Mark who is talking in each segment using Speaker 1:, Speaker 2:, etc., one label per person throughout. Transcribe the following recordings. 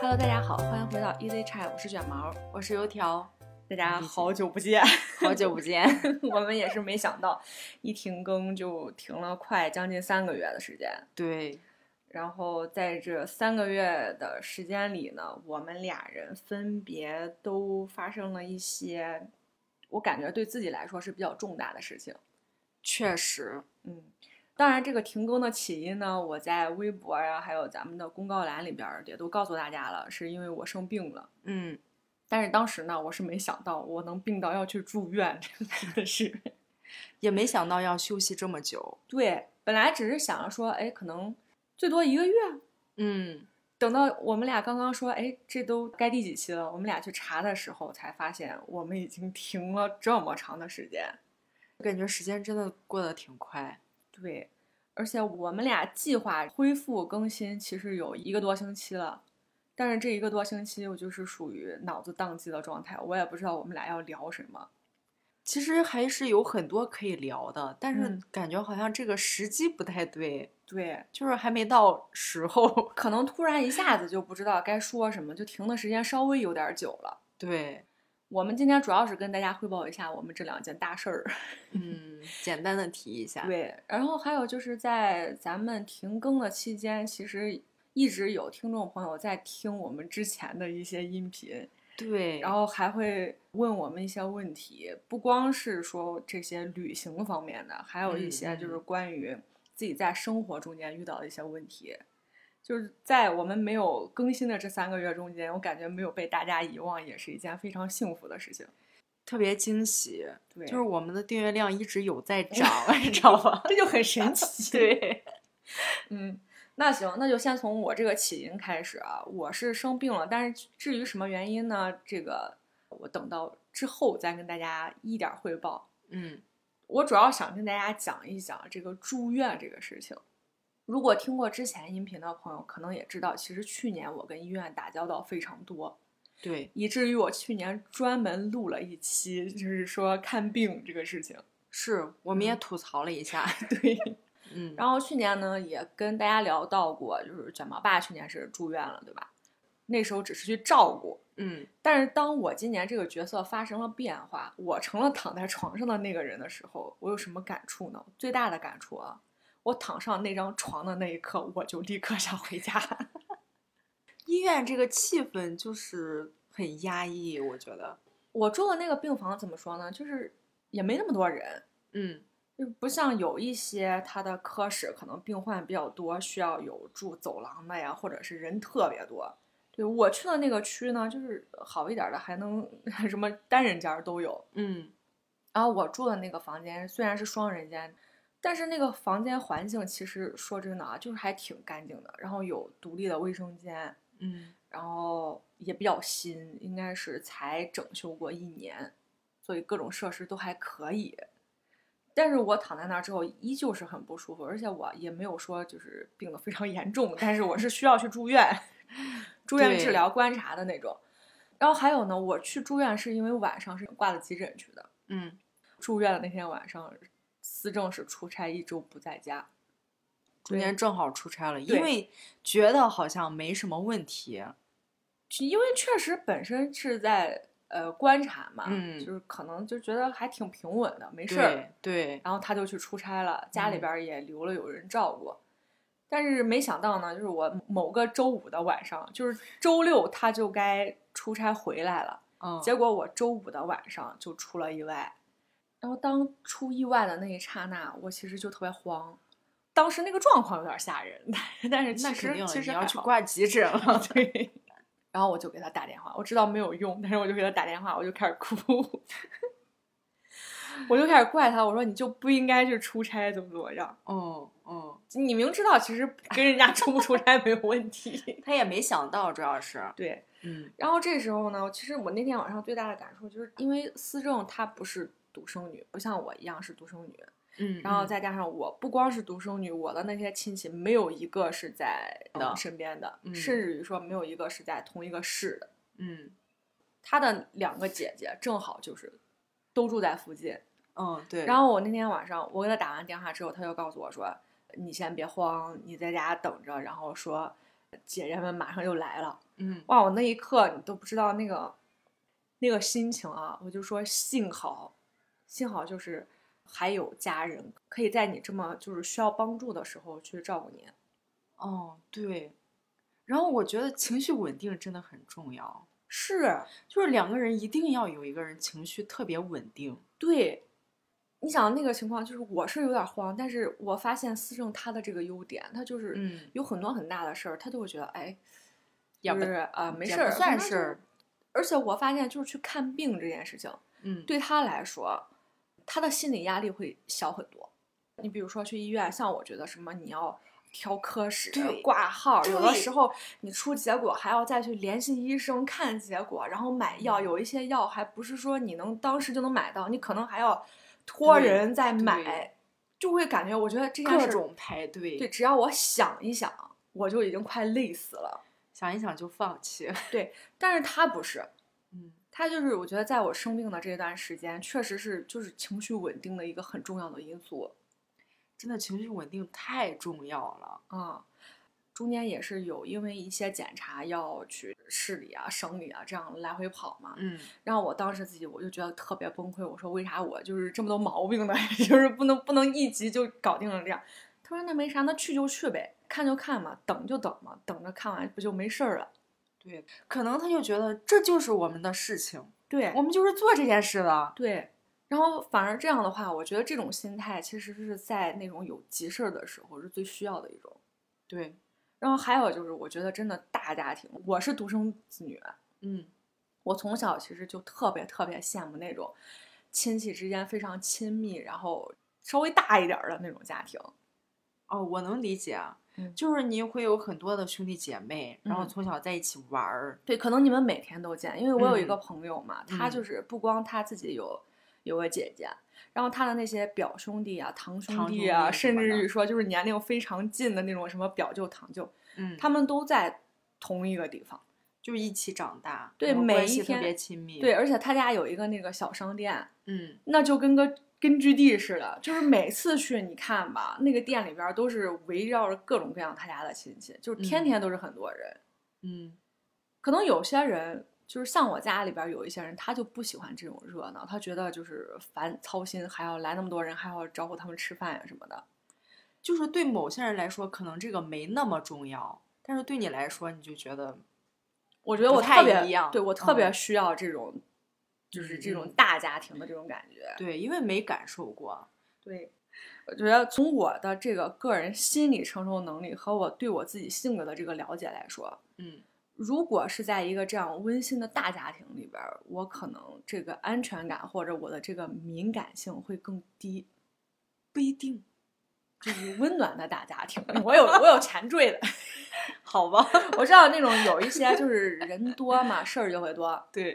Speaker 1: Hello，大家好，欢迎回到 Easy Chat，我是卷毛，我是油条，
Speaker 2: 大家好久不见，
Speaker 1: 好久不见。
Speaker 2: 我们也是没想到，一停更就停了快将近三个月的时间。
Speaker 1: 对，
Speaker 2: 然后在这三个月的时间里呢，我们俩人分别都发生了一些，我感觉对自己来说是比较重大的事情。
Speaker 1: 确实，
Speaker 2: 嗯，当然，这个停更的起因呢，我在微博呀、还有咱们的公告栏里边儿也都告诉大家了，是因为我生病了。
Speaker 1: 嗯，
Speaker 2: 但是当时呢，我是没想到我能病到要去住院，真的是。
Speaker 1: 也没想到要休息这么久。
Speaker 2: 对，本来只是想着说，哎，可能最多一个月。
Speaker 1: 嗯，
Speaker 2: 等到我们俩刚刚说，哎，这都该第几期了？我们俩去查的时候，才发现我们已经停了这么长的时间。
Speaker 1: 感觉时间真的过得挺快。
Speaker 2: 对，而且我们俩计划恢复更新，其实有一个多星期了。但是这一个多星期，我就是属于脑子宕机的状态，我也不知道我们俩要聊什么。
Speaker 1: 其实还是有很多可以聊的，但是
Speaker 2: 嗯
Speaker 1: 感觉好像这个时机不太对，
Speaker 2: 对，
Speaker 1: 就是还没到时候。
Speaker 2: 可能突然一下子就不知道该说什么，就停的时间稍微有点久了。
Speaker 1: 对，
Speaker 2: 我们今天主要是跟大家汇报一下我们这两件大事儿。
Speaker 1: 嗯，简单的提一下。
Speaker 2: 对，然后还有就是在咱们停更的期间，其实一直有听众朋友在听我们之前的一些音频，
Speaker 1: 对，
Speaker 2: 然后还会问我们一些问题，不光是说这些旅行方面的，还有一些就是
Speaker 1: 嗯嗯
Speaker 2: 关于自己在生活中间遇到的一些问题。就是在我们没有更新的这三个月中间，我感觉没有被大家遗忘，也是一件非常幸福的事情。
Speaker 1: 特别惊喜，
Speaker 2: 对，哎
Speaker 1: 就是我们的订阅量一直有在涨， 你知道吧？
Speaker 2: 这就很神奇。
Speaker 1: 对，
Speaker 2: 嗯，那行，那就先从我这个起因开始啊。我是生病了，但是至于什么原因呢？这个我等到之后再跟大家一点儿汇报。
Speaker 1: 嗯，
Speaker 2: 我主要想跟大家讲一讲这个住院这个事情。如果听过之前音频的朋友，可能也知道，其实去年我跟医院打交道非常多，
Speaker 1: 对，
Speaker 2: 以至于我去年专门录了一期，就是说看病这个事情。
Speaker 1: 是，我们也
Speaker 2: 嗯
Speaker 1: 吐槽了一下。
Speaker 2: 对，
Speaker 1: 嗯，
Speaker 2: 然后去年呢，也跟大家聊到过，就是卷毛爸去年是住院了，对吧？那时候只是去照顾，
Speaker 1: 嗯，
Speaker 2: 但是当我今年这个角色发生了变化，我成了躺在床上的那个人的时候，我有什么感触呢？最大的感触啊，我躺上那张床的那一刻，我就立刻想回家。
Speaker 1: 医院这个气氛就是很压抑，我觉得。
Speaker 2: 我住的那个病房怎么说呢？就是也没那么多人，
Speaker 1: 嗯，
Speaker 2: 就是不像有一些他的科室可能病患比较多，需要有住走廊的呀，或者是人特别多。对我去的那个区呢，就是好一点儿的还能 什么单人间儿都有。
Speaker 1: 嗯，
Speaker 2: 然后我住的那个房间虽然是双人间，但是那个房间环境其实说真的啊，就是还挺干净的。然后有独立的卫生间，
Speaker 1: 嗯，
Speaker 2: 然后也比较新，应该是才整修过一年，所以各种设施都还可以。但是我躺在那儿之后，依旧是很不舒服，而且我也没有说就是病得非常严重，但是我是需要去住院， 住院治
Speaker 1: 对
Speaker 2: 疗观察的那种。然后还有呢，我去住院是因为晚上是挂的急诊去的，
Speaker 1: 嗯，
Speaker 2: 住院的那天晚上，思政是出差一周不在家，
Speaker 1: 中间正好出差了，
Speaker 2: 对
Speaker 1: 因为觉得好像没什么问题。
Speaker 2: 去因为确实本身是在呃观察嘛，
Speaker 1: 嗯
Speaker 2: 就是可能就觉得还挺平稳的，没事儿。
Speaker 1: 对对，
Speaker 2: 然后他就去出差了，家里
Speaker 1: 嗯
Speaker 2: 边儿也留了有人照顾。但是没想到呢，就是我某个周五的晚上，就是周六他就该出差回来了，
Speaker 1: 嗯，
Speaker 2: 结果我周五的晚上就出了意外。然后当出意外的那一刹那，我其实就特别慌。当时那个状况有点吓人，但是
Speaker 1: 那
Speaker 2: 其实
Speaker 1: 肯定
Speaker 2: 其实
Speaker 1: 你要
Speaker 2: 还
Speaker 1: 去
Speaker 2: 好
Speaker 1: 挂急诊 了。
Speaker 2: 对。然后我就给他打电话，我知道没有用，但是我就给他打电话，我就开始哭， 我就开始怪他，我说你就不应该去出差，怎么怎么样？
Speaker 1: 嗯嗯，
Speaker 2: 你明知道其实跟人家出不出差没有问题。
Speaker 1: 他也没想到，主要是，
Speaker 2: 对，
Speaker 1: 嗯
Speaker 2: 然后这时候呢，其实我那天晚上最大的感受就是，因为思政她不是独生女，不像我一样是独生女，
Speaker 1: 嗯，
Speaker 2: 然后
Speaker 1: 嗯
Speaker 2: 再加上我不光是独生女，我的那些亲戚没有一个是在我
Speaker 1: 的
Speaker 2: 身边的，
Speaker 1: 嗯
Speaker 2: 甚至于说没有一个是在同一个市的。
Speaker 1: 嗯
Speaker 2: 她的两个姐姐正好就是都住在附近。
Speaker 1: 嗯对，
Speaker 2: 然后我那天晚上我给她打完电话之后，她就告诉我说：“你先别慌，你在家等着。”然后说：“姐姐们马上就来了。
Speaker 1: 嗯，
Speaker 2: 哇，我那一刻你都不知道那个那个心情啊！我就说幸好，幸好就是还有家人可以在你这么就是需要帮助的时候去照顾你。
Speaker 1: 哦，对。然后我觉得情绪稳定真的很重要，
Speaker 2: 是啊
Speaker 1: 就是两个人一定要有一个人情绪特别稳定。
Speaker 2: 对，你想那个情况就是我是有点慌，但是我发现思政他的这个优点，他就是
Speaker 1: 嗯，
Speaker 2: 有很多很大的事儿，他就会觉得哎，
Speaker 1: 也
Speaker 2: 就
Speaker 1: 不
Speaker 2: 是啊没
Speaker 1: 也
Speaker 2: 事儿，
Speaker 1: 不算
Speaker 2: 反正
Speaker 1: 事儿
Speaker 2: 就。而且我发现就是去看病这件事情，
Speaker 1: 嗯，
Speaker 2: 对他来说，他的心理压力会小很多。你比如说去医院，像我觉得什么你要挑科室
Speaker 1: 对、
Speaker 2: 挂号，有的
Speaker 1: 对
Speaker 2: 时候你出结果还要再去联系医生看结果，然后买药，
Speaker 1: 嗯
Speaker 2: 有一些药还不是说你能当时就能买到，你可能还要托
Speaker 1: 对
Speaker 2: 人再买
Speaker 1: 对，
Speaker 2: 就会感觉我觉得这件
Speaker 1: 各
Speaker 2: 事儿，
Speaker 1: 种排队，
Speaker 2: 对，只要我想一想，我就已经快累死了。
Speaker 1: 想一想就放弃。
Speaker 2: 但是他不是，
Speaker 1: 嗯，
Speaker 2: 他就是我觉得在我生病的这段时间，确实是就是情绪稳定的一个很重要的因素
Speaker 1: 真的情绪稳定太重要了。
Speaker 2: 啊。中间也是有因为一些检查要去市里啊、省里啊这样来回跑嘛，
Speaker 1: 嗯，
Speaker 2: 然后我当时自己我就觉得特别崩溃，我说为啥我就是这么多毛病呢？ 就是不能不能一急就搞定了这样。他说那没啥，那去就去呗，看就看嘛，等就等嘛，等着看完不就没事儿了？
Speaker 1: 对，可能他就觉得这就是我们的事情，
Speaker 2: 对
Speaker 1: 我们就是做这件事的。
Speaker 2: 对，然后反而这样的话，我觉得这种心态其实是在那种有急事儿的时候是最需要的一种。
Speaker 1: 对，
Speaker 2: 然后还有就是，我觉得真的大家庭，我是独生子女，
Speaker 1: 嗯
Speaker 2: 我从小其实就特别特别羡慕那种亲戚之间非常亲密，然后稍微大一点儿的那种家庭。
Speaker 1: 哦，我能理解啊，
Speaker 2: 嗯
Speaker 1: 就是你会有很多的兄弟姐妹，然后
Speaker 2: 嗯
Speaker 1: 从小在一起玩儿。
Speaker 2: 对，可能你们每天都见，因为我有一个
Speaker 1: 嗯
Speaker 2: 朋友嘛，他
Speaker 1: 嗯
Speaker 2: 就是不光他自己有有个姐姐，然后他的那些表兄弟啊、堂兄
Speaker 1: 堂
Speaker 2: 弟
Speaker 1: 兄
Speaker 2: 啊，
Speaker 1: 弟
Speaker 2: 甚
Speaker 1: 什么
Speaker 2: 至
Speaker 1: 的
Speaker 2: 于说就是年龄非常近的那种什么表舅、堂舅，
Speaker 1: 嗯，
Speaker 2: 他们都在同一个地方。
Speaker 1: 就是一起长大，
Speaker 2: 对
Speaker 1: 然后
Speaker 2: 每
Speaker 1: 关
Speaker 2: 一
Speaker 1: 系
Speaker 2: 天
Speaker 1: 特别亲密。
Speaker 2: 对，，而且他家有一个那个小商店，
Speaker 1: 嗯，
Speaker 2: 那就跟个根据地似的，就是每次去你看吧，那个店里边儿都是围绕着各种各样他家的亲戚，就是天
Speaker 1: 嗯
Speaker 2: 天都是很多人。
Speaker 1: 嗯，
Speaker 2: 可能有些人就是像我家里边儿有一些人，他就不喜欢这种热闹，他觉得就是烦操心，还要来那么多人，还要招呼他们吃饭呀什么的。
Speaker 1: 就是对某些人来说，可能这个没那么重要，但是对你来说，你就觉得
Speaker 2: 我觉得
Speaker 1: 不
Speaker 2: 我特
Speaker 1: 太
Speaker 2: 别
Speaker 1: 一样
Speaker 2: 对我特别
Speaker 1: 嗯
Speaker 2: 需要这种，就是这种
Speaker 1: 嗯
Speaker 2: 大家庭的这种感觉。
Speaker 1: 对，因为没感受过。
Speaker 2: 对，我觉得从我的这个个人心理承受能力和我对我自己性格的这个了解来说，
Speaker 1: 嗯，
Speaker 2: 如果是在一个这样温馨的大家庭里边儿，我可能这个安全感或者我的这个敏感性会更低。
Speaker 1: 不一定，
Speaker 2: 就是温暖的大家庭，我有我有前缀的，
Speaker 1: 好吧？
Speaker 2: 我知道那种有一些就是人多嘛，事儿就会多。
Speaker 1: 对，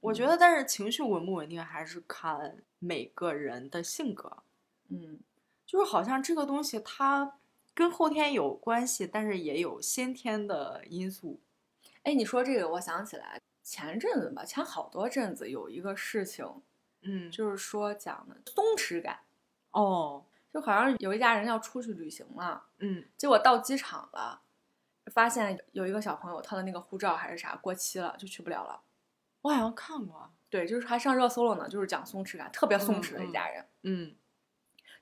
Speaker 1: 我觉得，但是情绪稳不稳定还是看每个人的性格。
Speaker 2: 嗯，
Speaker 1: 就是好像这个东西它跟后天有关系，但是也有先天的因素。
Speaker 2: 哎，你说这个，我想起来前阵子吧，前好多阵子有一个事情，
Speaker 1: 嗯，
Speaker 2: 就是说讲的松弛感，
Speaker 1: 哦，
Speaker 2: 就好像有一家人要出去旅行了，
Speaker 1: 嗯
Speaker 2: 结果到机场了，发现有一个小朋友他的那个护照还是啥过期了，就去不了了。
Speaker 1: 我好像看过。啊
Speaker 2: 对，就是还上热搜了呢，就是讲松弛感，特别松弛的一
Speaker 1: 嗯
Speaker 2: 家人。
Speaker 1: 嗯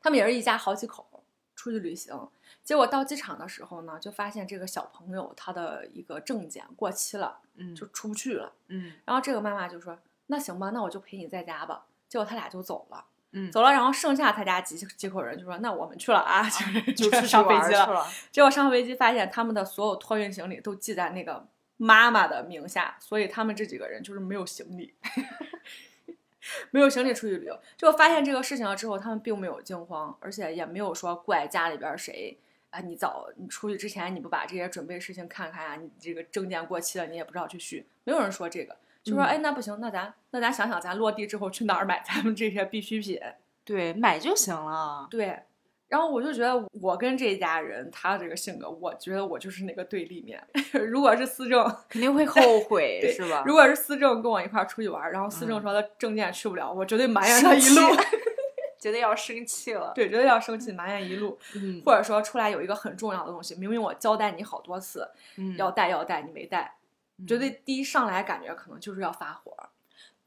Speaker 2: 他们也是一家好几口出去旅行，结果到机场的时候呢，就发现这个小朋友他的一个证件过期了，
Speaker 1: 嗯，
Speaker 2: 就出不去了。
Speaker 1: 嗯
Speaker 2: 然后这个妈妈就说：“那行吧，那我就陪你在家吧。”结果他俩就走了，
Speaker 1: 嗯，
Speaker 2: 走了。然后剩下他家几几口人就说：“那我们去了啊，就是
Speaker 1: 就出去
Speaker 2: 上飞
Speaker 1: 玩儿
Speaker 2: 机
Speaker 1: 去
Speaker 2: 了。
Speaker 1: 了。”
Speaker 2: 结果上飞机发现他们的所有托运行李都记在那个妈妈的名下，所以他们这几个人就是没有行李， 没有行李出去旅游。结果发现这个事情了之后，他们并没有惊慌，而且也没有说怪家里边谁。啊，你早你出去之前你不把这些准备事情看看啊，你这个证件过期了，你也不知道去续，没有人说这个，就说、
Speaker 1: 嗯
Speaker 2: 哎，那不行，那咱那咱想想，咱落地之后去哪儿买咱们这些必需品？
Speaker 1: 对，买就行 了。
Speaker 2: 对，然后我就觉得我跟这一家人他这个性格，我觉得我就是那个对立面。 如果是思政，
Speaker 1: 肯定会后悔
Speaker 2: 对
Speaker 1: 是吧？
Speaker 2: 如果是思政跟我一块儿出去玩儿，然后思政
Speaker 1: 嗯
Speaker 2: 说他证件去不了，我绝对埋怨他一
Speaker 1: 生
Speaker 2: 路。
Speaker 1: 觉得要生气 了。
Speaker 2: 对，觉得要生气，埋怨一路，
Speaker 1: 嗯
Speaker 2: 或者说出来有一个很重要的东西，明明我交代你好多次，
Speaker 1: 嗯
Speaker 2: 要带要带，你没带，
Speaker 1: 嗯
Speaker 2: 绝对第一上来感觉可能就是要发火，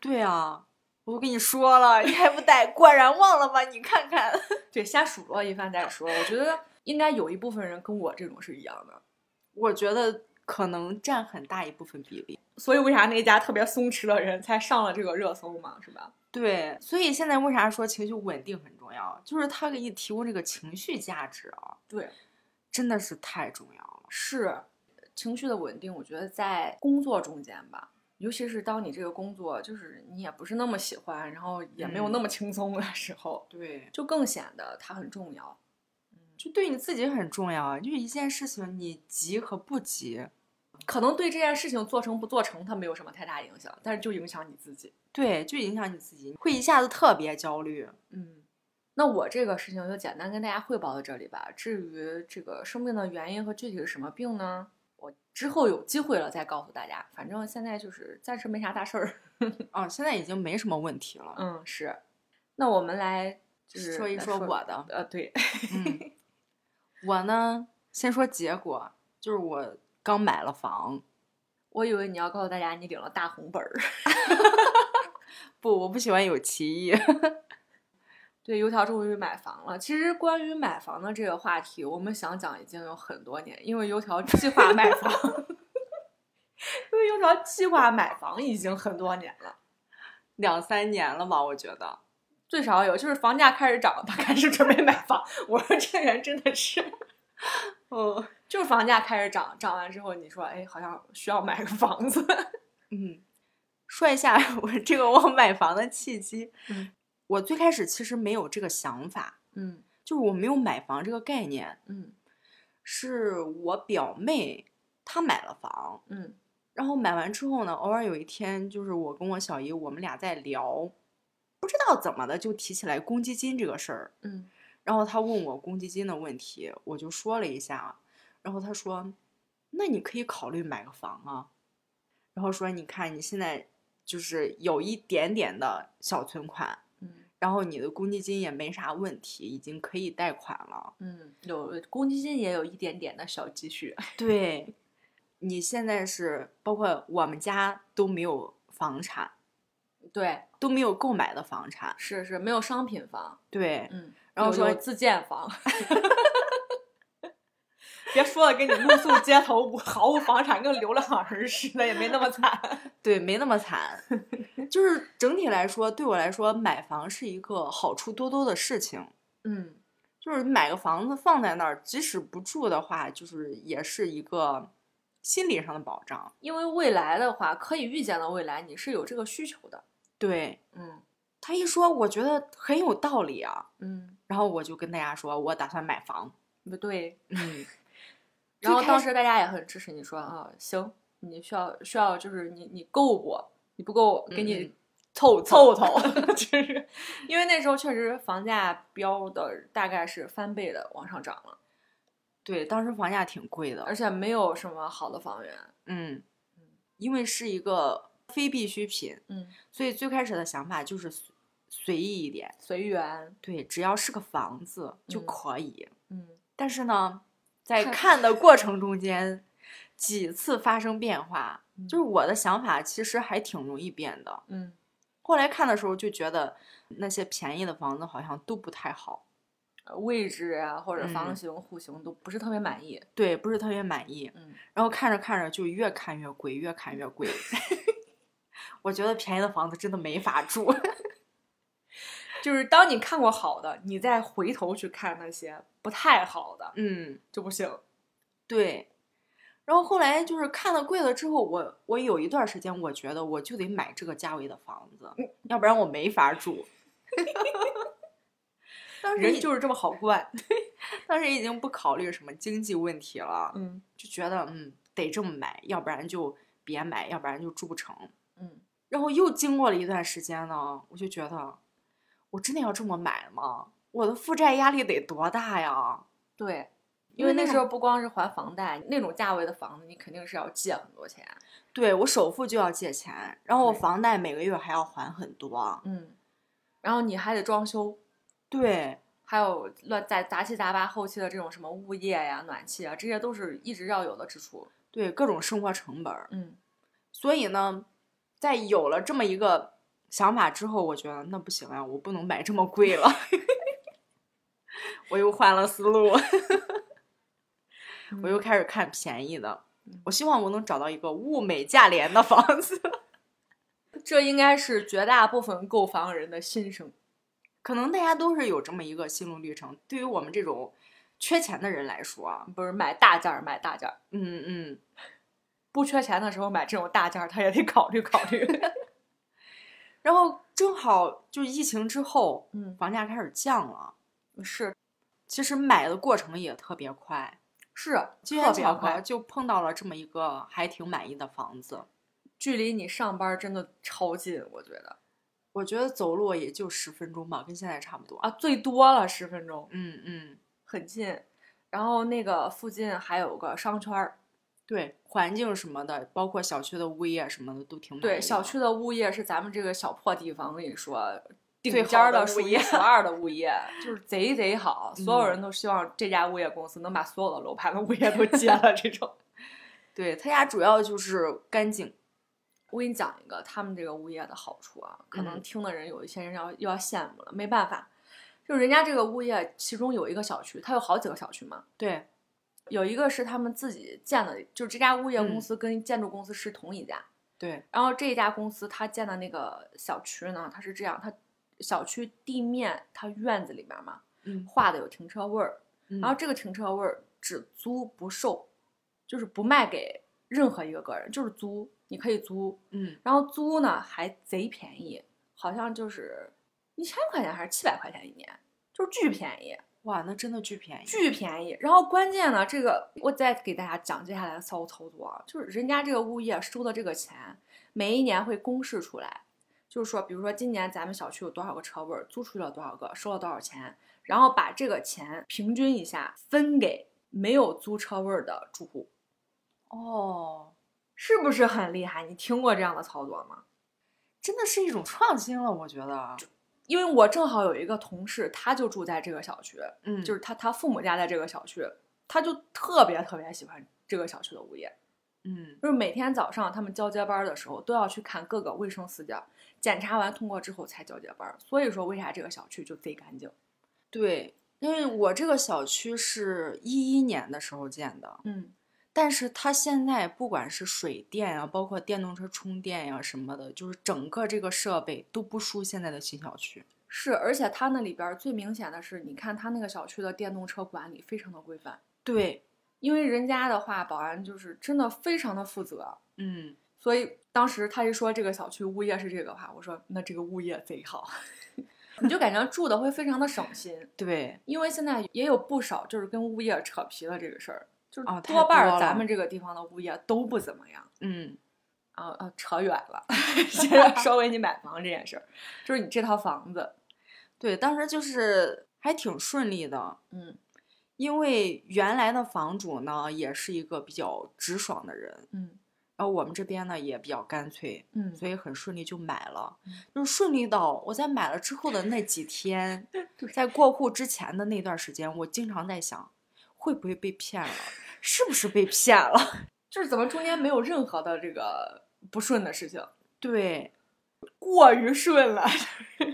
Speaker 1: 对啊，我都跟你说了，你还不带， 果然忘了吧？你看看，
Speaker 2: 对，先数落一番再说。我觉得应该有一部分人跟我这种是一样的，
Speaker 1: 我觉得可能占很大一部分比例。
Speaker 2: 所以为啥那家特别松弛的人才上了这个热搜嘛，是吧？
Speaker 1: 对，所以现在为啥说情绪稳定很重要？就是它给你提供这个情绪价值啊，
Speaker 2: 对，
Speaker 1: 真的是太重要了。
Speaker 2: 是情绪的稳定，我觉得在工作中间吧。尤其是当你这个工作就是你也不是那么喜欢，然后也没有那
Speaker 1: 嗯
Speaker 2: 么轻松的时候，
Speaker 1: 对，
Speaker 2: 就更显得它很重要。
Speaker 1: 就对你自己很重要啊。就是一件事情，你急和不急，
Speaker 2: 可能对这件事情做成不做成，它没有什么太大影响，但是就影响你自己。
Speaker 1: 对，就影响你自己，会一下子特别焦虑。
Speaker 2: 嗯，那我这个事情就简单跟大家汇报到这里吧。至于这个生病的原因和具体是什么病呢，我之后有机会了再告诉大家。反正现在就是暂时没啥大事儿。
Speaker 1: 啊，现在已经没什么问题了。
Speaker 2: 嗯，是。那我们来就是
Speaker 1: 说一
Speaker 2: 来
Speaker 1: 说
Speaker 2: 说
Speaker 1: 我的
Speaker 2: 呃， 对，
Speaker 1: 嗯，我呢，先说结果，就是我刚买了房。
Speaker 2: 我以为你要告诉大家你领了大红本儿。
Speaker 1: 不，我不喜欢有歧义。
Speaker 2: 对，油条终于买房了。其实关于买房的这个话题，我们想讲已经有很多年，因为油条计划买房， 因为油条计划买房已经很多年了。
Speaker 1: 两三年了吧，我觉得。
Speaker 2: 最少有，就是房价开始涨，他开始准备买房。 我说这人真的是，
Speaker 1: 嗯
Speaker 2: 就是房价开始涨，涨完之后你说，哎，好像需要买个房子。
Speaker 1: 嗯，说一下我这个我买房的契机。
Speaker 2: 嗯
Speaker 1: 我最开始其实没有这个想法，
Speaker 2: 嗯
Speaker 1: 就是我没有买房这个概念，
Speaker 2: 嗯
Speaker 1: 是我表妹她买了房，
Speaker 2: 嗯
Speaker 1: 然后买完之后呢，偶尔有一天就是我跟我小姨我们俩在聊，不知道怎么的就提起来公积金这个事儿。
Speaker 2: 嗯
Speaker 1: 然后他问我公积金的问题，我就说了一下，然后他说：“那你可以考虑买个房啊。”然后说：“你看你现在就是有一点点的小存款，
Speaker 2: 嗯
Speaker 1: 然后你的公积金也没啥问题，已经可以贷款了。
Speaker 2: 嗯，有公积金也有一点点的小积蓄。
Speaker 1: 对，你现在是包括我们家都没有房产，
Speaker 2: 对，
Speaker 1: 都没有购买的房产。
Speaker 2: 是是，没有商品房，
Speaker 1: 对，
Speaker 2: 嗯，
Speaker 1: 然后
Speaker 2: 有
Speaker 1: 说
Speaker 2: 有自建房。 别说了，跟你露宿街头，无 毫无房产，跟流浪儿似的，也没那么惨。
Speaker 1: 对，没那么惨，就是整体来说，对我来说，买房是一个好处多多的事情。
Speaker 2: 嗯
Speaker 1: 就是买个房子放在那儿，即使不住的话，就是也是一个心理上的保障。
Speaker 2: 因为未来的话，可以预见的未来，你是有这个需求的。
Speaker 1: 对
Speaker 2: 嗯
Speaker 1: 他一说，我觉得很有道理啊。
Speaker 2: 嗯，
Speaker 1: 然后我就跟大家说，我打算买房。
Speaker 2: 不对。
Speaker 1: 嗯，
Speaker 2: 然后
Speaker 1: 开
Speaker 2: 当
Speaker 1: 始
Speaker 2: 时大家也很支持你说啊，行，你需要需要就是你你够不？你不够，给
Speaker 1: 嗯
Speaker 2: 你
Speaker 1: 嗯
Speaker 2: 凑凑凑， 就是因为那时候确实房价飙的大概是翻倍的往上涨了，
Speaker 1: 对，当时房价挺贵
Speaker 2: 而
Speaker 1: 的。
Speaker 2: 且没有什么好的房源。
Speaker 1: 嗯
Speaker 2: 嗯，
Speaker 1: 因为是一个非必需品，
Speaker 2: 嗯，
Speaker 1: 所以最开始的想法就是随随意一点。
Speaker 2: 随缘。
Speaker 1: 对，只要是个房子就
Speaker 2: 嗯
Speaker 1: 可以。
Speaker 2: 嗯，
Speaker 1: 但是呢，在
Speaker 2: 看
Speaker 1: 看的过程中间，几次发生变化，
Speaker 2: 嗯
Speaker 1: 就是我的想法其实还挺容易变的。
Speaker 2: 嗯，
Speaker 1: 后来看的时候就觉得那些便宜的房子好像都不太好，
Speaker 2: 呃位置啊或者
Speaker 1: 嗯
Speaker 2: 房型、户型都不是特别满意。
Speaker 1: 对，不是特别满意。
Speaker 2: 嗯，
Speaker 1: 然后看着看着就越看越贵，越看越贵。 我觉得便宜的房子真的没法住。
Speaker 2: 就是当你看过好的，你再回头去看那些不太好的
Speaker 1: 嗯，
Speaker 2: 就不行。
Speaker 1: 对。然后后来就是看了贵了之后，我我有一段时间我觉得我就得买这个价位的房子，
Speaker 2: 嗯
Speaker 1: 要不然我没法住。 当时
Speaker 2: 人
Speaker 1: 已
Speaker 2: 就是这么好惯。
Speaker 1: 当时已经不考虑什么经济问题了，
Speaker 2: 嗯
Speaker 1: 就觉得嗯得这么买，要不然就别买，要不然就住不成。
Speaker 2: 嗯，
Speaker 1: 然后又经过了一段时间呢，我就觉得我真的要这么买吗？我的负债压力得多大呀？
Speaker 2: 对，
Speaker 1: 因
Speaker 2: 因
Speaker 1: 为
Speaker 2: 为
Speaker 1: 那
Speaker 2: 那时
Speaker 1: 种
Speaker 2: 候不光是还房贷，那种价位的房子，你肯定是要借很多钱。
Speaker 1: 对我首付就要借钱，然后我
Speaker 2: 对
Speaker 1: 房贷每个月还要还很多。
Speaker 2: 嗯，然后你还得装修，
Speaker 1: 对，
Speaker 2: 还有乱杂杂七杂八后期的这种什么物业呀、暖气啊，这些都是一直要有的支出。
Speaker 1: 对各种生活成本儿。
Speaker 2: 嗯，
Speaker 1: 所以呢，在有了这么一个想法之后，我觉得那不行啊呀，我不能买这么贵了。 我又换了思路，我又开始看便宜的。我希望我能找到一个物美价廉的房子，
Speaker 2: 这应该是绝大部分购房人的心声。
Speaker 1: 可能大家都是有这么一个心路历程。对于我们这种缺钱的人来说啊，
Speaker 2: 不是买大件儿买大件儿，
Speaker 1: 嗯嗯，
Speaker 2: 不缺钱的时候买这种大件儿，他也得考虑考虑。
Speaker 1: 然后正好就疫情之后，
Speaker 2: 嗯，
Speaker 1: 房价开始降了，
Speaker 2: 是
Speaker 1: 其实买的过程也特别快，
Speaker 2: 是，啊
Speaker 1: 机缘
Speaker 2: 特别
Speaker 1: 巧合
Speaker 2: 快，
Speaker 1: 就碰到了这么一个还挺满意的房子。
Speaker 2: 距离你上班真的超近，我觉得
Speaker 1: 我觉得走路也就十分钟吧，跟现在差不多。
Speaker 2: 啊，最多了十分钟，
Speaker 1: 嗯嗯，
Speaker 2: 很近。然后那个附近还有个商圈儿，
Speaker 1: 对，环境什么的，包括小区的物业什么的都挺满意的。
Speaker 2: 对，小区的物业是咱们这个小破地方，我跟你说，顶
Speaker 1: 最
Speaker 2: 尖儿
Speaker 1: 好的
Speaker 2: 的
Speaker 1: 物
Speaker 2: 数一
Speaker 1: 业
Speaker 2: 数二的物业，就是贼贼好，所有
Speaker 1: 嗯
Speaker 2: 人都希望这家物业公司能把所有的楼盘跟物业都接了。这种，
Speaker 1: 对他家主要就是干净。
Speaker 2: 我给你讲一个他们这个物业的好处啊，可能
Speaker 1: 嗯
Speaker 2: 听的人有一些人要又要羡慕了，没办法，就人家这个物业其中有一个小区，它有好几个小区嘛，
Speaker 1: 对，
Speaker 2: 有一个是他们自己建的，就是这家物业公
Speaker 1: 嗯
Speaker 2: 司跟建筑公司是同一家，
Speaker 1: 对，
Speaker 2: 然后这一家公司它建的那个小区呢，它是这样，它小区地面它院子里面嘛
Speaker 1: 嗯，
Speaker 2: 画的有停车位儿，
Speaker 1: 然
Speaker 2: 然后这个停车位儿只租不售，就是不卖给任何一个个人，就是租，你可以租，
Speaker 1: 嗯，
Speaker 2: 然后租呢还贼便宜，好像就是一千块钱还是七百块钱一年，就是巨便宜，
Speaker 1: 哇，那真的巨便宜。
Speaker 2: 巨便宜。然后关键呢，这个我再给大家讲接下来的骚操作啊，就是人家这个物业收的这个钱，每一年会公示出来，就是说，比如说今年咱们小区有多少个车位儿，租出去了多少个，收了多少钱，然后把这个钱平均一下分给没有租车位儿的住户，
Speaker 1: 哦，
Speaker 2: 是不是很厉害？你听过这样的操作吗？
Speaker 1: 真的是一种创新了，我觉得。啊
Speaker 2: 因为我正好有一个同事，他就住在这个小区，
Speaker 1: 嗯，
Speaker 2: 就是他他父母家在这个小区，他就特别特别喜欢这个小区的物业，
Speaker 1: 嗯
Speaker 2: 就是每天早上他们交接班儿的时候都要去看各个卫生死角，检查完通过之后才交接班儿。所以说为啥这个小区就贼干净？
Speaker 1: 对，因为我这个小区是一一年的时候建的，
Speaker 2: 嗯，
Speaker 1: 但是它现在不管是水电呀、包括电动车充电呀、什么的，就是整个这个设备都不输现在的新小区。
Speaker 2: 是，而且它那里边儿最明显的是，你看它那个小区的电动车管理非常的规范，
Speaker 1: 对，
Speaker 2: 因为人家的话保安就是真的非常的负责。
Speaker 1: 嗯，
Speaker 2: 所以当时他一说这个小区物业是这个话，我说那这个物业贼好， 你就感觉住的会非常的省心，
Speaker 1: 对，
Speaker 2: 因为现在也有不少就是跟物业扯皮的这个事儿，就是
Speaker 1: 啊太
Speaker 2: 哦多半
Speaker 1: 多
Speaker 2: 儿
Speaker 1: 了
Speaker 2: 咱们这个地方的物业都不怎么样。
Speaker 1: 嗯，
Speaker 2: 啊啊，扯远 了，现在说回你买房这件事儿，就是你这套房子，
Speaker 1: 对，当时就是还挺顺利的，
Speaker 2: 嗯
Speaker 1: 因为原来的房主呢也是一个比较直爽的人，
Speaker 2: 嗯
Speaker 1: 然后我们这边呢也比较干脆，
Speaker 2: 嗯，
Speaker 1: 所以很顺利就买了
Speaker 2: 嗯，
Speaker 1: 就是顺利到我在买了之后的那几天，在过户之前的那段时间，我经常在想，会不会被骗了，是不是被骗了？
Speaker 2: 就是怎么中间没有任何的这个不顺的事情，
Speaker 1: 对，
Speaker 2: 过于顺了，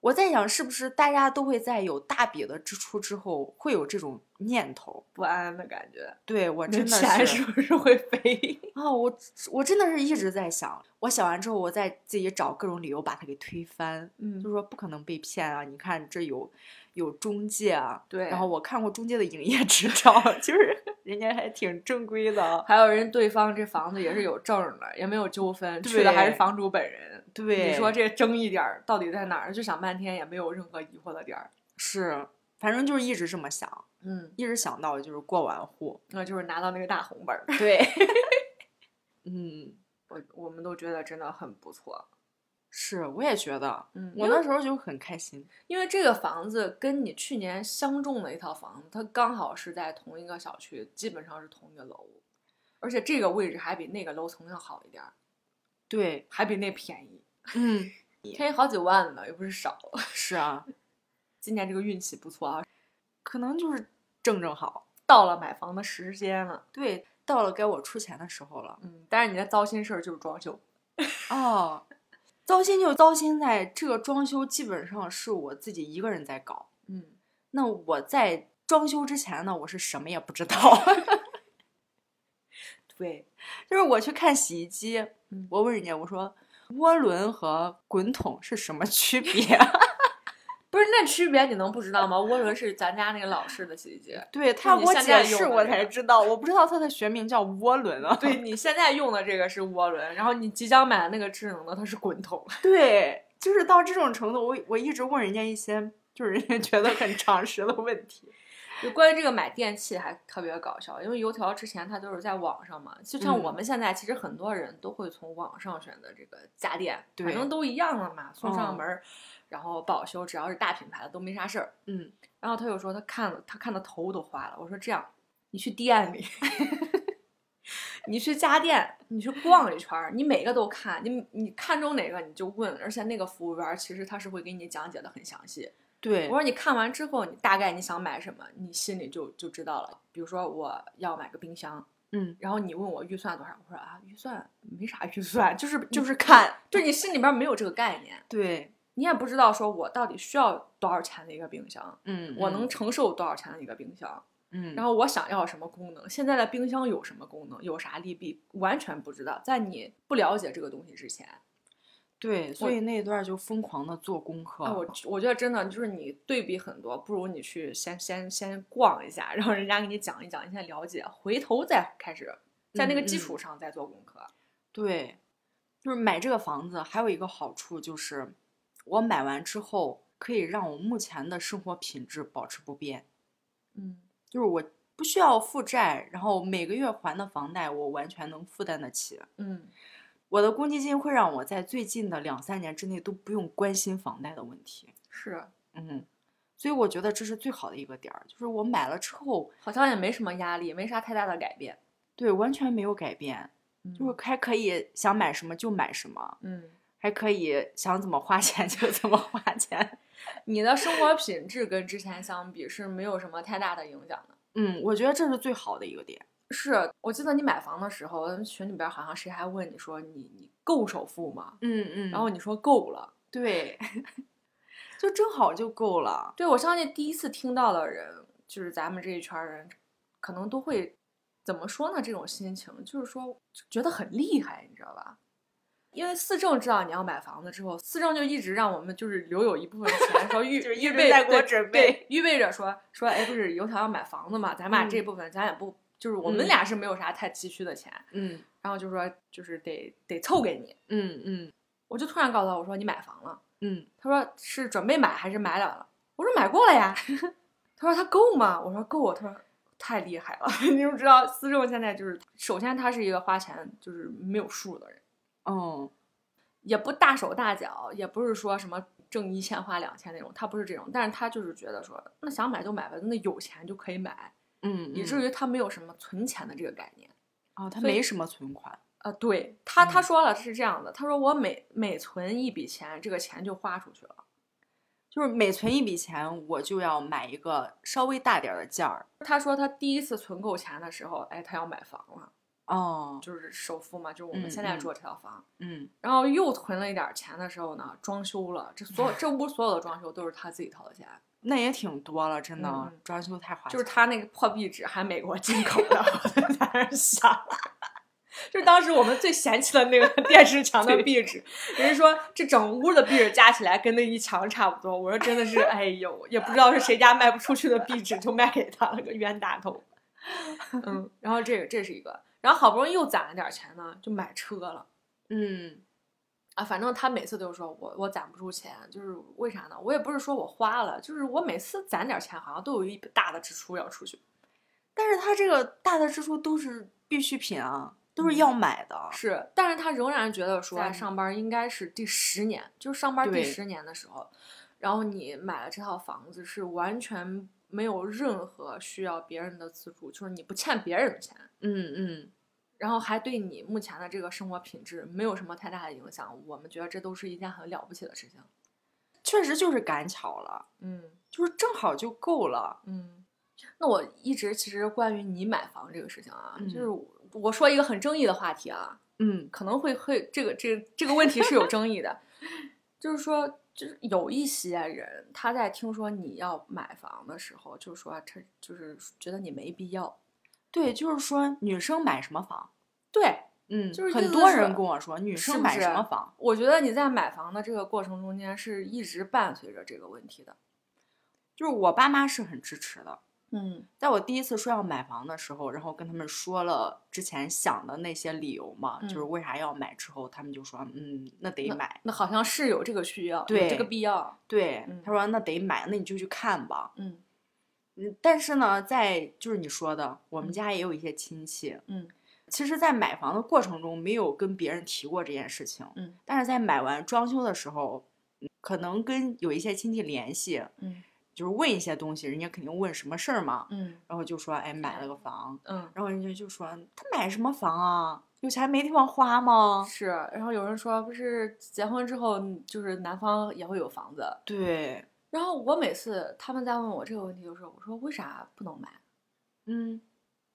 Speaker 1: 我在想，是不是大家都会在有大笔的支出之后，会有这种念头？
Speaker 2: 不安的感觉，
Speaker 1: 对我
Speaker 2: 你的
Speaker 1: 真的
Speaker 2: 钱
Speaker 1: 是
Speaker 2: 是不是会飞？
Speaker 1: 啊，我我真的是一直在想，我想完之后，我再自己找各种理由把它给推翻。
Speaker 2: 嗯
Speaker 1: 就说不可能被骗啊！你看这有有中介啊，
Speaker 2: 对
Speaker 1: 然后我看过中介的营业执照， 就是人家还挺正规的啊。
Speaker 2: 还有人对方这房子也是有证儿的，也没有纠纷，去的还是
Speaker 1: 对
Speaker 2: 房主本人。
Speaker 1: 对，
Speaker 2: 你说这争议点儿到底在哪儿？就想半天也没有任何疑惑的点儿。
Speaker 1: 是，反正就是一直这么想，
Speaker 2: 嗯，
Speaker 1: 一直想到就是过完户。
Speaker 2: 那就是拿到那个大红本儿，
Speaker 1: 对， 嗯，
Speaker 2: 我我们都觉得真的很不错。
Speaker 1: 是，我也觉得，
Speaker 2: 嗯，
Speaker 1: 我
Speaker 2: 因
Speaker 1: 那
Speaker 2: 为
Speaker 1: 时候就很开心。
Speaker 2: 因为这个房子跟你去年相中的一套房子，它刚好是在同一个小区，基本上是同一个楼，而且这个位置还比那个楼层要好一点儿，
Speaker 1: 对，
Speaker 2: 还比那便宜，
Speaker 1: 嗯，
Speaker 2: 便宜好几万呢，又不是少。
Speaker 1: 是啊，
Speaker 2: 今年这个运气不错啊，
Speaker 1: 可能就是正正好，
Speaker 2: 到了买房的时间了。
Speaker 1: 对，到了该我出钱的时候了。
Speaker 2: 嗯，但是你的糟心事儿就是装修，
Speaker 1: 哦，糟心就糟心在这个装修基本上是我自己一个人在搞。
Speaker 2: 嗯，
Speaker 1: 那我在装修之前呢，我是什么也不知道，
Speaker 2: 对，
Speaker 1: 就是我去看洗衣机，
Speaker 2: 嗯
Speaker 1: 我问人家我说涡轮和滚筒是什么区别？
Speaker 2: 不是那区别你能不知道吗？涡轮是咱家那个老式的洗衣机，
Speaker 1: 对 他
Speaker 2: 你
Speaker 1: 给我
Speaker 2: 现
Speaker 1: 解
Speaker 2: 在
Speaker 1: 释
Speaker 2: 用的
Speaker 1: 我
Speaker 2: 这
Speaker 1: 才
Speaker 2: 个
Speaker 1: 知道，我不知道它的学名叫涡轮啊。
Speaker 2: 对你现在用的这个是涡轮，然后你即将买的那个智能的它是滚筒。
Speaker 1: 对，就是到这种程度，我我一直问人家一些就是人家觉得很常识的问题。
Speaker 2: 就关于这个买电器还特别搞笑，因为油条之前它都是在网上嘛，就像
Speaker 1: 嗯
Speaker 2: 我们现在其实很多人都会从网上选择这个家电，
Speaker 1: 对
Speaker 2: 反正都一样了嘛，送上
Speaker 1: 嗯
Speaker 2: 门儿，然后保修，只要是大品牌的都没啥事儿。
Speaker 1: 嗯，
Speaker 2: 然后他就说他看了，他看的头都花了。我说这样，你去店里， 你去家电，你去逛一圈儿，你每个都看，你你看中哪个你就问，而且那个服务员儿其实他是会给你讲解的很详细。
Speaker 1: 对
Speaker 2: 我说你看完之后，你大概你想买什么，你心里就就知道了。比如说我要买个冰箱，
Speaker 1: 嗯，
Speaker 2: 然后你问我预算多少，我说啊预算没啥预算，就是就是看， 就你心里边没有这个概念，
Speaker 1: 对，
Speaker 2: 你也不知道说我到底需要多少钱的一个冰箱，
Speaker 1: 嗯，
Speaker 2: 我能，承受多少钱的一个冰箱，
Speaker 1: 嗯，
Speaker 2: 然
Speaker 1: 后
Speaker 2: 后我想要什么功能，现在的冰箱有什么功能，有啥利弊，完全不知道，在你不了解这个东西之前。
Speaker 1: 对，所
Speaker 2: 我
Speaker 1: 以那段儿就疯狂的做功课。
Speaker 2: 啊，我我觉得真的就是你对比很多，不如你去先先先逛一下，然后人家给你讲一讲，你先了解，回头再开始在那个基
Speaker 1: 嗯
Speaker 2: 础上再做功课。
Speaker 1: 对，就是买这个房子还有一个好处就是，我买完之后可以让我目前的生活品质保持不变，
Speaker 2: 嗯
Speaker 1: 就是我不需要负债，然后每个月还的房贷我完全能负担得起。
Speaker 2: 嗯
Speaker 1: 我的公积金会让我在最近的两三年之内都不用关心房贷的问题。
Speaker 2: 是，
Speaker 1: 嗯，所以我觉得这是最好的一个点儿，就是我买了之后，
Speaker 2: 好像也没什么压力，没啥太大的改变。
Speaker 1: 对，完全没有改变，就是
Speaker 2: 嗯
Speaker 1: 还可以想买什么就买什么，
Speaker 2: 嗯，
Speaker 1: 还可以想怎么花钱 就怎么花钱。
Speaker 2: 你的生活品质跟之前相比是没有什么太大的影响的。
Speaker 1: 嗯，我觉得这是最好的一个点。
Speaker 2: 是我记得你买房的时候，咱们群里边好像谁还问你说你你够首付吗？
Speaker 1: 嗯嗯
Speaker 2: 然后你说够了。
Speaker 1: 对， 就正好就够了。
Speaker 2: 对，我相信第一次听到的人，就是咱们这一圈儿人，可能都会怎么说呢？这种心情就是说，就觉得很厉害，你知道吧？因为四正知道你要买房子之后，四正就一直让我们就是留有一部分钱，说预
Speaker 1: 就是一
Speaker 2: 预
Speaker 1: 直
Speaker 2: 备
Speaker 1: 在给我
Speaker 2: 对
Speaker 1: 准
Speaker 2: 对
Speaker 1: 备
Speaker 2: 预备着说说，哎，不是油条要买房子嘛，咱把这部分咱也不就是我们
Speaker 1: 嗯
Speaker 2: 俩是没有啥太急需的钱，
Speaker 1: 嗯
Speaker 2: 然后就说就是得得凑给你，
Speaker 1: 嗯嗯
Speaker 2: 我就突然告诉他我说你买房了。
Speaker 1: 嗯
Speaker 2: 他说是准备买还是买了了？我说买过了呀。 他说他够吗？我说够。啊他说太厉害了， 你就知道思政现在就是，首先他是一个花钱就是没有数的人，
Speaker 1: 哦
Speaker 2: 也不大手大脚，也不是说什么挣一千花两千那种，他不是这种，但是他就是觉得说，那想买就买吧，那有钱就可以买，
Speaker 1: 嗯，
Speaker 2: 以至于他没有什么存钱的这个概念。
Speaker 1: 啊，他
Speaker 2: 所以
Speaker 1: 没什么存款。
Speaker 2: 啊，对他，他
Speaker 1: 嗯
Speaker 2: 说了是这样的，他说我每每存一笔钱，这个钱就花出去了。
Speaker 1: 就是每存一笔钱，我就要买一个稍微大点儿的件儿。
Speaker 2: 他说他第一次存够钱的时候，哎，他要买房了，
Speaker 1: 哦，
Speaker 2: 就是首付嘛，就我们
Speaker 1: 嗯
Speaker 2: 现在
Speaker 1: 嗯
Speaker 2: 住的这套房。
Speaker 1: 嗯
Speaker 2: 然后又存了一点儿钱的时候呢，装修了，这 所有这屋所有的装修都是他自己掏的钱，
Speaker 1: 那也挺多了，真的，
Speaker 2: 嗯嗯
Speaker 1: 装修太花钱了。
Speaker 2: 就是他那个破壁纸还美国进口的，我在那儿想。就是当时我们最嫌弃的那个电视墙的壁纸，人家说这整屋的壁纸加起来跟那一墙差不多。我说真的是，哎呦，也不知道是谁家卖不出去的壁纸，就卖给他了个冤大头。嗯，然后这个这是一个，然后好不容易又攒了点钱呢，就买车了
Speaker 1: 嗯
Speaker 2: 啊。反正他每次都说我我攒不出钱，就是为啥呢？我也不是说我花了，就是我每次攒点钱好像都有一笔大的支出要出去。
Speaker 1: 但是他这个大的支出都是必需品啊，都
Speaker 2: 嗯
Speaker 1: 是要买的。
Speaker 2: 是，但是他仍然觉得说
Speaker 1: 在
Speaker 2: 上班儿应该是第十年，就是上班儿第
Speaker 1: 对
Speaker 2: 十年的时候，然后你买了这套房子是完全没有任何需要别人的资助，就是你不欠别人的钱，
Speaker 1: 嗯嗯，
Speaker 2: 然后还对你目前的这个生活品质没有什么太大的影响，我们觉得这都是一件很了不起的事情。
Speaker 1: 确实就是赶巧了，
Speaker 2: 嗯
Speaker 1: 就是正好就够了。
Speaker 2: 嗯。那我一直其实关于你买房这个事情啊，
Speaker 1: 嗯
Speaker 2: 就是我我说一个很争议的话题啊，
Speaker 1: 嗯
Speaker 2: 可能会会这个这个、这个问题是有争议的，就是说，就是有一些人他在听说你要买房的时候，就说他就是觉得你没必要，
Speaker 1: 对，就是说女生买什么房？
Speaker 2: 对，
Speaker 1: 嗯，
Speaker 2: 就是意
Speaker 1: 很
Speaker 2: 思
Speaker 1: 多
Speaker 2: 是
Speaker 1: 人跟我说，女
Speaker 2: 是
Speaker 1: 生
Speaker 2: 不
Speaker 1: 买
Speaker 2: 是
Speaker 1: 什么房？
Speaker 2: 我觉得你在买房的这个过程中间是一直伴随着这个问题的，
Speaker 1: 就是我爸妈是很支持的。
Speaker 2: 嗯
Speaker 1: 在我第一次说要买房的时候，然后跟他们说了之前想的那些理由嘛，就是
Speaker 2: 嗯
Speaker 1: 为啥要买，之后他们就说，嗯，那得买。
Speaker 2: 那好像是有这个需要，有
Speaker 1: 对
Speaker 2: 这个必要，
Speaker 1: 对，
Speaker 2: 嗯
Speaker 1: 他说那得买，那你就去看吧。
Speaker 2: 嗯
Speaker 1: 嗯，但是呢，在就是你说的，我们
Speaker 2: 嗯
Speaker 1: 家也有一些亲戚，
Speaker 2: 嗯
Speaker 1: 其实，在买房的过程中没有跟别人提过这件事情，
Speaker 2: 嗯
Speaker 1: 但是在买完装修的时候，嗯可能跟有一些亲戚联系，
Speaker 2: 嗯
Speaker 1: 就是问一些东西，人家肯定问什么事儿嘛，
Speaker 2: 嗯
Speaker 1: 然后就说，哎，买了个房，
Speaker 2: 嗯，
Speaker 1: 然后人家就说他买什么房啊？有钱没地方花吗？
Speaker 2: 是。然后有人说，不是结婚之后，嗯就是男方也会有房子，
Speaker 1: 对，
Speaker 2: 然后我每次他们在问我这个问题的时候，我说为啥不能买？
Speaker 1: 嗯，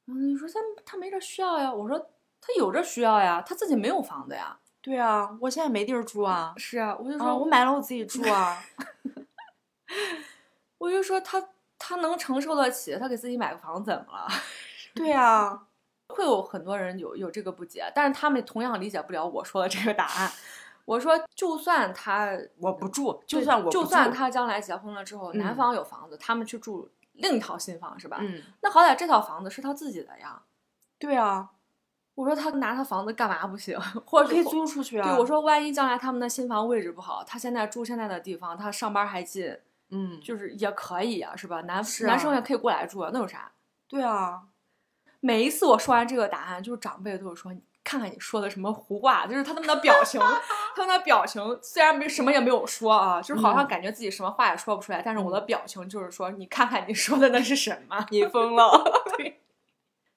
Speaker 2: 然后他就说他他没这需要呀。我说他有这需要呀，他自己没有房子呀。
Speaker 1: 对啊，我现在没地儿住啊，
Speaker 2: 是啊，我就说、
Speaker 1: 啊，我，买了我自己住 啊，
Speaker 2: 我就说他他能承受得起，他给自己买个房怎么了？
Speaker 1: 对啊，
Speaker 2: 会有很多人有有这个不解，但是他们同样理解不了我说的这个答案。我说，就算他
Speaker 1: 我不住，就
Speaker 2: 对
Speaker 1: 算我不
Speaker 2: 就
Speaker 1: 住
Speaker 2: 算，他将来结婚了之后，男
Speaker 1: 嗯
Speaker 2: 方有房子，他们去住另一套新房是吧？
Speaker 1: 嗯，
Speaker 2: 那好歹这套房子是他自己的呀。
Speaker 1: 对啊，
Speaker 2: 我说他拿他房子干嘛不行？
Speaker 1: 我
Speaker 2: 或者
Speaker 1: 可以
Speaker 2: 或
Speaker 1: 租出去啊，
Speaker 2: 对，我，说万一将来他们的新房位置不好，他现在住现在的地方，他上班还近，
Speaker 1: 嗯，
Speaker 2: 就是也可以啊，是吧？男、
Speaker 1: 是啊
Speaker 2: 男生也可以过来住啊，那有啥？
Speaker 1: 对啊，
Speaker 2: 每一次我说完这个答案，就是长辈都会说：“你看看你说的什么胡话！”就是他们的表 情，他们的表情虽然没什么也没有说啊，就是好像
Speaker 1: 嗯
Speaker 2: 感觉自己什么话也说不出来，但是我的表情就是说：“你看看你说的那是什么
Speaker 1: 你 疯了，对。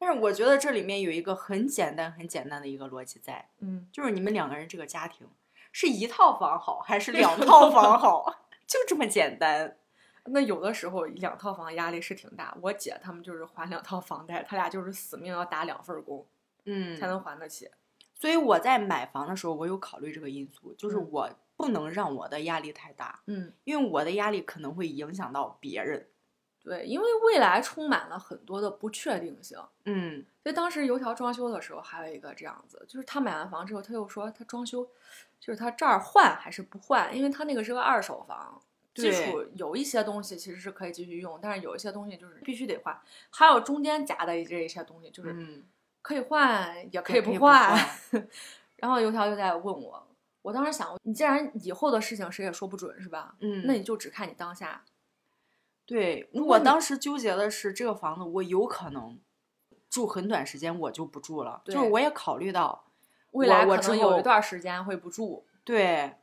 Speaker 1: 但是我觉得这里面有一个很简单、很简单的一个逻辑在，？”
Speaker 2: 嗯，
Speaker 1: 就是你们两个人这个家庭是一套房好还是两套房好， 就这么简单。
Speaker 2: 那有的时候两套房压力是挺大。我姐他们就是还两套房贷，他俩就是死命要打两份工
Speaker 1: 嗯
Speaker 2: 才能还得起。
Speaker 1: 所以我在买房的时候，我有考虑这个因素，就是
Speaker 2: 嗯
Speaker 1: 我不能让我的压力太大，
Speaker 2: 嗯。
Speaker 1: 因为我的压力可能会影响到别人。
Speaker 2: 对，因为未来充满了很多的不确定性。
Speaker 1: 嗯
Speaker 2: 所以当时油条装修的时候，还有一个这样子，就是他买完房之后，他又说他装修，就是他这儿换还是不换，因为他那个是个二手房，基
Speaker 1: 对
Speaker 2: 础有一些东西其实是可以继续用，但是有一些东西就是必须得换，还有中间夹的这一些东西就是
Speaker 1: 嗯，
Speaker 2: 可以换也可
Speaker 1: 也
Speaker 2: 以
Speaker 1: 可
Speaker 2: 不
Speaker 1: 以不
Speaker 2: 换。 然后油条就在问我，我当时想，你既然以后的事情谁也说不准是吧？
Speaker 1: 嗯，
Speaker 2: 那你就只看你当下，
Speaker 1: 对
Speaker 2: 果
Speaker 1: 我
Speaker 2: 你
Speaker 1: 当时纠结的是这个房子，我有可能住很短时间，我就不住了。就是
Speaker 2: 对
Speaker 1: 我也考虑到，
Speaker 2: 未
Speaker 1: 我
Speaker 2: 来
Speaker 1: 我
Speaker 2: 可能
Speaker 1: 之
Speaker 2: 有
Speaker 1: 后
Speaker 2: 一段时间会不住。
Speaker 1: 对，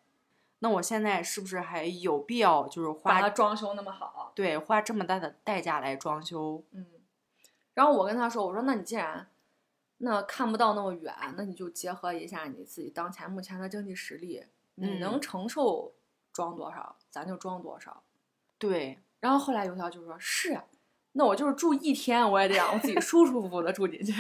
Speaker 1: 那我现在是不是还有必要就是
Speaker 2: 把它
Speaker 1: 花
Speaker 2: 装修那么好，
Speaker 1: 对花这么大的代价来装修？
Speaker 2: 嗯。然后我跟他说，我说那你既然那看不到那么远，那你就结合一下你自己当前目前的经济实力，你
Speaker 1: 嗯
Speaker 2: 能承受装多少，咱就装多少。
Speaker 1: 对，
Speaker 2: 然后后来油条就说：“是啊，那我就是住一天，我也得让我自己舒舒服服的住进去。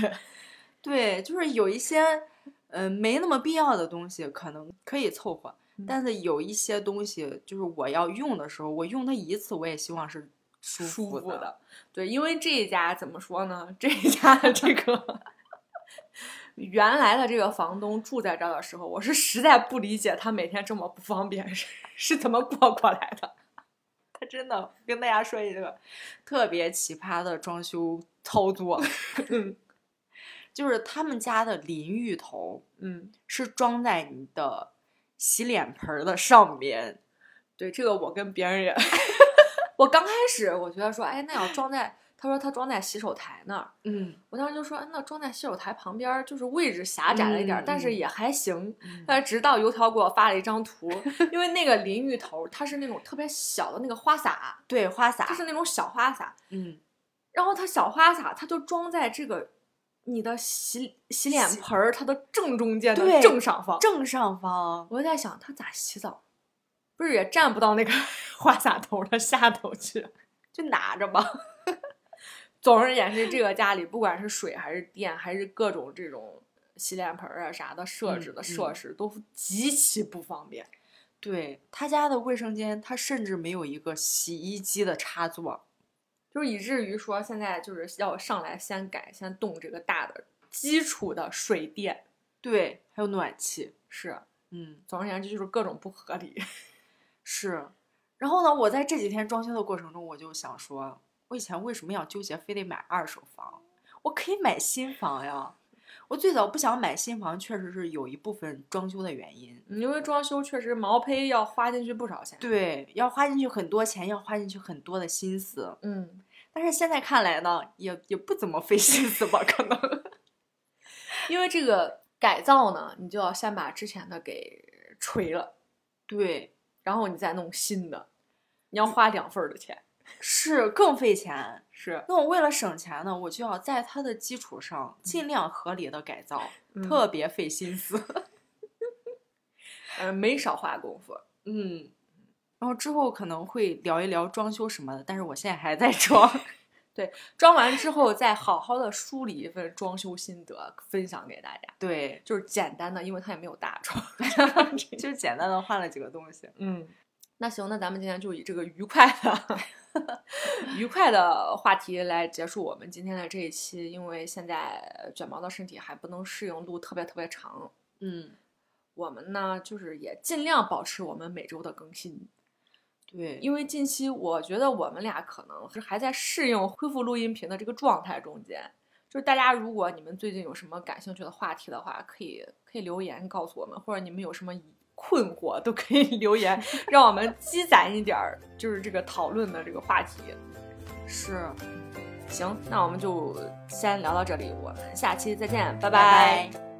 Speaker 1: 对，就是有一些，呃，没那么必要的东西，可能可以凑合，
Speaker 2: 嗯
Speaker 1: 但是有一些东西，就是我要用的时候，我用它一次，我也希望是舒
Speaker 2: 舒服
Speaker 1: 服的。
Speaker 2: 的。对，因为这一家怎么说呢？这一家的这个原来的这个房东住在这儿的时候，我是实在不理解他每天这么不方便 是是怎么过过来的。
Speaker 1: 他真的跟大家说一个特别奇葩的装修操作， 就是他们家的淋浴头
Speaker 2: 嗯，
Speaker 1: 是装在你的洗脸盆儿的上面，
Speaker 2: 对，这个我跟别人也， 我刚开始我觉得说，哎，那要装在，他说他装在洗手台那儿，
Speaker 1: 嗯，
Speaker 2: 我当时就说，哎那装在洗手台旁边儿就是位置狭窄了一点儿，
Speaker 1: 嗯
Speaker 2: 但是
Speaker 1: 嗯
Speaker 2: 也还行。但是直到油条给我发了一张图， 因为那个淋浴头它是那种特别小的那个花洒，
Speaker 1: 对，花洒
Speaker 2: 它，是那种小花洒，
Speaker 1: 嗯，
Speaker 2: 然后它小花洒它就装在这个你的洗洗脸
Speaker 1: 洗
Speaker 2: 盆儿它的正中间的
Speaker 1: 对
Speaker 2: 正上方。
Speaker 1: 正上方，
Speaker 2: 我就在想，他咋洗澡？不是也站不到那个 花洒头的下头去。
Speaker 1: 就拿着吧。
Speaker 2: 总而言之，这个家里不管是水还是电，还是各种这种洗脸盆儿啊啥的设置
Speaker 1: 嗯
Speaker 2: 的
Speaker 1: 嗯
Speaker 2: 设施，都极其不方便。
Speaker 1: 对他家的卫生间，他甚至没有一个洗衣机的插座。
Speaker 2: 就是以至于说现在就是要上来先改，先动这个大的基础的水电
Speaker 1: 对，还有暖气。
Speaker 2: 是。啊
Speaker 1: 嗯，
Speaker 2: 总而言之，就是各种不合理。
Speaker 1: 是。然后呢，我在这几天装修的过程中，我就想说，我以前为什么要纠结非得买二手房？我可以买新房呀。我最早不想买新房，确实是有一部分装修的原因。
Speaker 2: 因为装修确实毛坯要花进去不少钱。，
Speaker 1: 对，要花进去很多钱，要花进去很多的心思。
Speaker 2: 嗯，
Speaker 1: 但是现在看来呢，也也不怎么费心思吧，可能。
Speaker 2: 因为这个改造呢，你就要先把之前的给锤了，
Speaker 1: 对，
Speaker 2: 然后你再弄新的，你要花两份儿的钱。
Speaker 1: 是更费钱。
Speaker 2: 是，
Speaker 1: 那我为了省钱呢，我就要在它的基础上尽量合理的改造，
Speaker 2: 特
Speaker 1: 特别费心思。
Speaker 2: 嗯、呃没少花功夫。
Speaker 1: 嗯，然后之后可能会聊一聊装修什么的，但是我现在还在装。
Speaker 2: 装完之后再好好的梳理一份装修心得，分享给大家。
Speaker 1: 对，
Speaker 2: 就是简单的，因为它也没有大 床。
Speaker 1: 就简单的换了几个东西。
Speaker 2: 嗯，那行，那咱们今天就以这个愉快的、 愉快的话题来结束我们今天的这一期，因为现在卷毛的身体还不能适应路特别特别长，
Speaker 1: 嗯，
Speaker 2: 我们呢就是也尽量保持我们每周的更新，
Speaker 1: 对，
Speaker 2: 因为近期我觉得我们俩可能是还在适应恢复录音频的这个状态中间。就是大家，如果你们最近有什么感兴趣的话题的话，可以可以留言告诉我们，或者你们有什么疑困惑都可以 留言，让我们积攒一点儿，就是这个讨论的这个话题。
Speaker 1: 是，
Speaker 2: 行，那我们就先聊到这里，我们下期再见，拜
Speaker 1: 拜拜